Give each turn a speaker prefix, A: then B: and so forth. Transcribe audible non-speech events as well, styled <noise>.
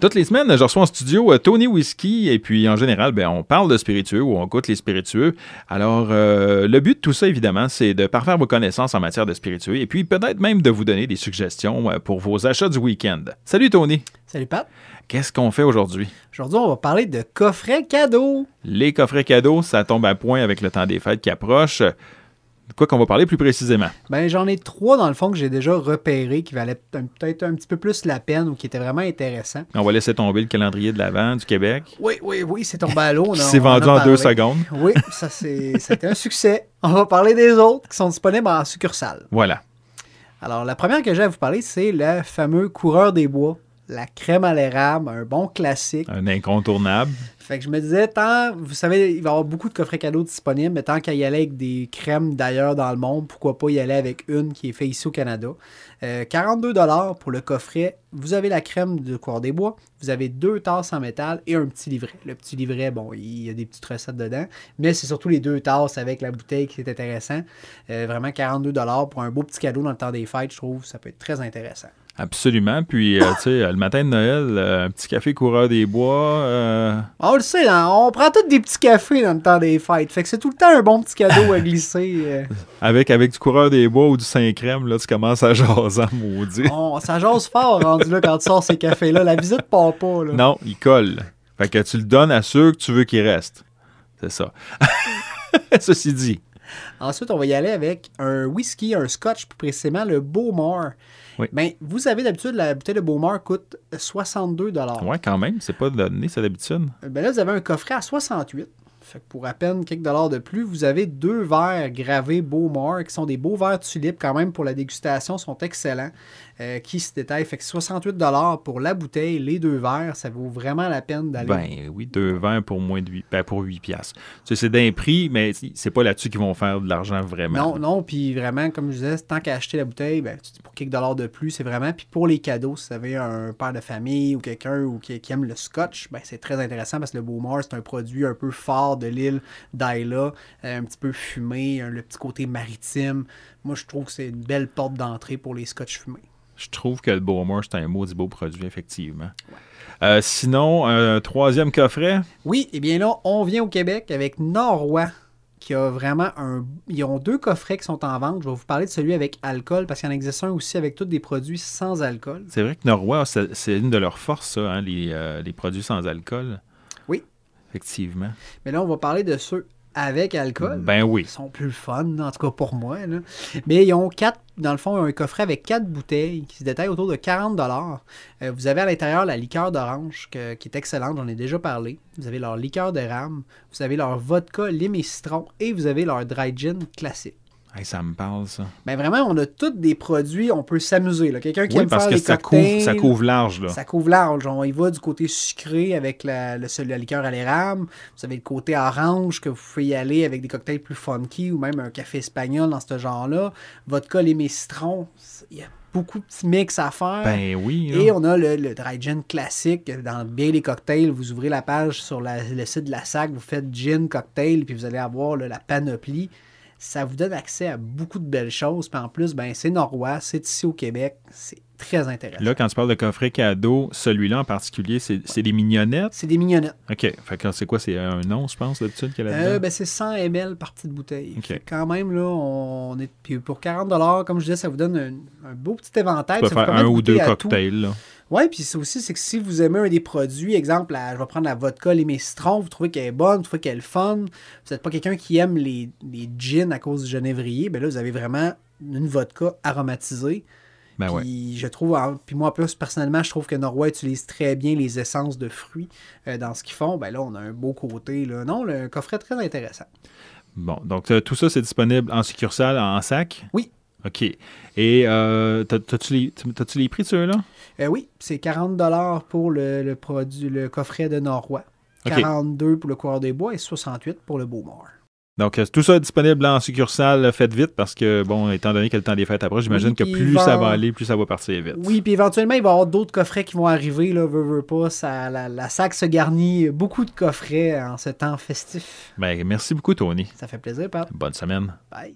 A: toutes les semaines, je reçois en studio euh, Tony Whisky et puis en général, ben, on parle de spiritueux ou on goûte les spiritueux. Alors, euh, le but de tout ça, évidemment, c'est de parfaire vos connaissances en matière de spiritueux et puis peut-être même de vous donner des suggestions euh, pour vos achats du week-end. Salut Tony,
B: Salut Pat.
A: qu'est-ce qu'on fait aujourd'hui?
B: Aujourd'hui, on va parler de coffret cadeau.
A: Les coffrets cadeaux, ça tombe à point avec le temps des fêtes qui approche. De quoi qu'on va parler plus précisément?
B: Ben, j'en ai trois dans le fond que j'ai déjà repérés qui valaient peut- peut-être un petit peu plus la peine ou qui étaient vraiment intéressants.
A: On va laisser tomber le calendrier de l'Avent du Québec
B: Oui, oui, oui, c'est tombé à l'eau. <laughs> on a-
A: qui s'est
B: Oh on a
A: vendu en
B: parlé.
A: deux secondes.
B: Oui, ça c'est c'était un succès. On va parler des autres qui sont disponibles en succursale.
A: Voilà.
B: Alors, la première que j'ai à vous parler, c'est le fameux coureur des bois, la crème à l'érable, un bon classique.
A: Un incontournable.
B: Fait que je me disais, tant, vous savez, il va y avoir beaucoup de coffrets cadeaux disponibles, mais tant qu'à y aller avec des crèmes d'ailleurs dans le monde, pourquoi pas y aller avec une qui est faite ici au Canada. Euh, 42$ pour le coffret. Vous avez la crème de coureur des bois, vous avez deux tasses en métal et un petit livret. Le petit livret, bon, il y a des petites recettes dedans, mais c'est surtout les deux tasses avec la bouteille qui est intéressant. Euh, vraiment 42$ pour un beau petit cadeau dans le temps des fêtes, je trouve, ça peut être très intéressant.
A: Absolument. Puis, euh, tu sais, euh, le matin de Noël, euh, un petit café coureur des bois. euh,
B: On le sait, hein, on prend tous des petits cafés dans le temps des fêtes. Fait que c'est tout le temps un bon petit cadeau à glisser. euh.
A: avec, avec du coureur des bois ou du Saint-Crème, là, tu commences à <laughs> jaser, en maudit.
B: On, ça jase fort rendu là quand tu sors ces cafés-là. La visite part pas. Là.
A: Non, il colle. Fait que tu le donnes à ceux que tu veux qu'ils restent. C'est ça. <laughs> Ceci dit,
B: Ensuite, on va y aller avec un whisky, un scotch, plus précisément le Beaumont.
A: Oui.
B: Ben, vous savez, d'habitude, la bouteille de Beaumont coûte 62
A: ouais, quand même, c'est pas donné, c'est d'habitude.
B: Ben là, vous avez un coffret à 68. Fait que pour à peine quelques dollars de plus, vous avez deux verres gravés Beaumont, qui sont des beaux verres tulipes quand même pour la dégustation, sont excellents, euh, qui se détaillent. Fait que 68 pour la bouteille, les deux verres, ça vaut vraiment la peine d'aller
A: Ben oui, 2,20 pour moins de 8, ben pour 8 piastres. Tu sais, c'est d'un prix, mais c'est pas là-dessus qu'ils vont faire de l'argent vraiment.
B: Non, non, puis vraiment, comme je disais, tant qu'à acheter la bouteille, ben, tu dis pour quelques dollars de plus, c'est vraiment. Puis pour les cadeaux, si vous avez un père de famille ou quelqu'un ou qui, qui aime le scotch, ben, c'est très intéressant parce que le Beaumont, c'est un produit un peu fort de l'île d'Ayla, euh, un petit peu fumé, euh, le petit côté maritime. Moi, je trouve que c'est une belle porte d'entrée pour les scotch fumés.
A: Je trouve que le Beaumont, c'est un maudit beau produit, effectivement. Euh, sinon, un troisième coffret,
B: Oui, et bien là, on vient au Québec avec Norwa, qui a vraiment un. Ils ont deux coffrets qui sont en vente. Je vais vous parler de celui avec alcool parce qu'il y en existe un aussi avec tous des produits sans alcool.
A: C'est vrai que Norrois, c'est c'est une de leurs forces, ça, hein, les, euh, les produits sans alcool.
B: Oui.
A: Effectivement.
B: Mais là, on va parler de ceux avec alcool.
A: Ben oui.
B: Ils sont plus fun, en tout cas pour moi. là. Mais ils ont quatre, dans le fond, un coffret avec quatre bouteilles qui se détaillent autour de 40 Euh, Vous avez à l'intérieur la liqueur d'orange, que- qui est excellente, j'en ai déjà parlé. Vous avez leur liqueur de rame, vous avez leur vodka, lime et citron, et vous avez leur dry gin classique.
A: Hey, ça me parle, ça.
B: Mais vraiment, on a tous des produits, on peut s'amuser. là. Quelqu'un qui
A: Oui,
B: aime
A: parce
B: faire
A: que
B: des
A: ça
B: cocktails,
A: couvre, ça couvre large, là.
B: ça couvre large. On y va du côté sucré avec la, le, celui- la liqueur à l'érable. Vous avez le côté orange que vous pouvez y aller avec des cocktails plus funky ou même un café espagnol dans ce genre-là. Vodka, les citrons. Il y a beaucoup de petits mix à faire.
A: Ben oui. là.
B: et on a le, le dry gin classique. Dans bien les cocktails, vous ouvrez la page sur la- le site de la SAC, vous faites gin cocktail, puis vous allez avoir là, la panoplie. Ça vous donne accès à beaucoup de belles choses. Puis en plus, ben, c'est norrois, c'est ici au Québec. C'est très intéressant.
A: Là, quand tu parles de coffret cadeau, celui-là en particulier, c'est c'est des mignonnettes.
B: C'est des mignonnettes.
A: OK. Fait que c'est quoi? C'est un nom, je pense, d'habitude, qu'elle a
B: Euh,
A: là-dedans?
B: ben, c'est 100 ml par petite bouteille.
A: Ok.
B: Fait que Quand même, là, on est. Puis pour 40 comme je disais, ça vous donne un, un beau petit éventail.
A: Tu peux
B: ça vous
A: faire
B: permet
A: un
B: de
A: ou
B: goûter
A: deux
B: à tout.
A: cocktails, là.
B: Ouais, puis c'est aussi, c'est que si vous aimez un des produits, exemple, la- je vais prendre la vodka, les mes citrons, vous trouvez qu'elle est bonne, vous trouvez qu'elle est fun, vous n'êtes pas quelqu'un qui aime les, les gins à cause du genévrier, ben là, vous avez vraiment une vodka aromatisée.
A: Ben ouais.
B: Puis je trouve, en- puis moi, en plus, personnellement, je trouve que Norrois utilise très bien les essences de fruits euh, dans ce qu'ils font. Ben là, on a un beau côté, là. Non, le coffret très intéressant.
A: Bon, donc euh, tout ça, c'est disponible en succursale, en sac?
B: Oui.
A: OK. Et euh, t'as- t'as-tu les, t'as-tu les prix de ceux-là?
B: Euh, oui, c'est 40 pour le, le produit, le coffret de Norrois.
A: Ok.
B: 42 pour le coureur des bois et 68 pour le Beaumont.
A: Donc, euh, tout ça est disponible en succursale. euh, Faites vite parce que, bon, étant donné que le temps des fêtes approche, j'imagine
B: Oui,
A: que
B: puis
A: plus
B: il va-
A: ça va aller, plus ça va partir vite.
B: Oui, puis éventuellement, il va y avoir d'autres coffrets qui vont arriver, là, veut, veut pas. Ça, la, la sac se garnit beaucoup de coffrets en ce temps festif.
A: Ben, merci beaucoup, Tony.
B: Ça fait plaisir, Pat.
A: Bonne semaine.
B: Bye.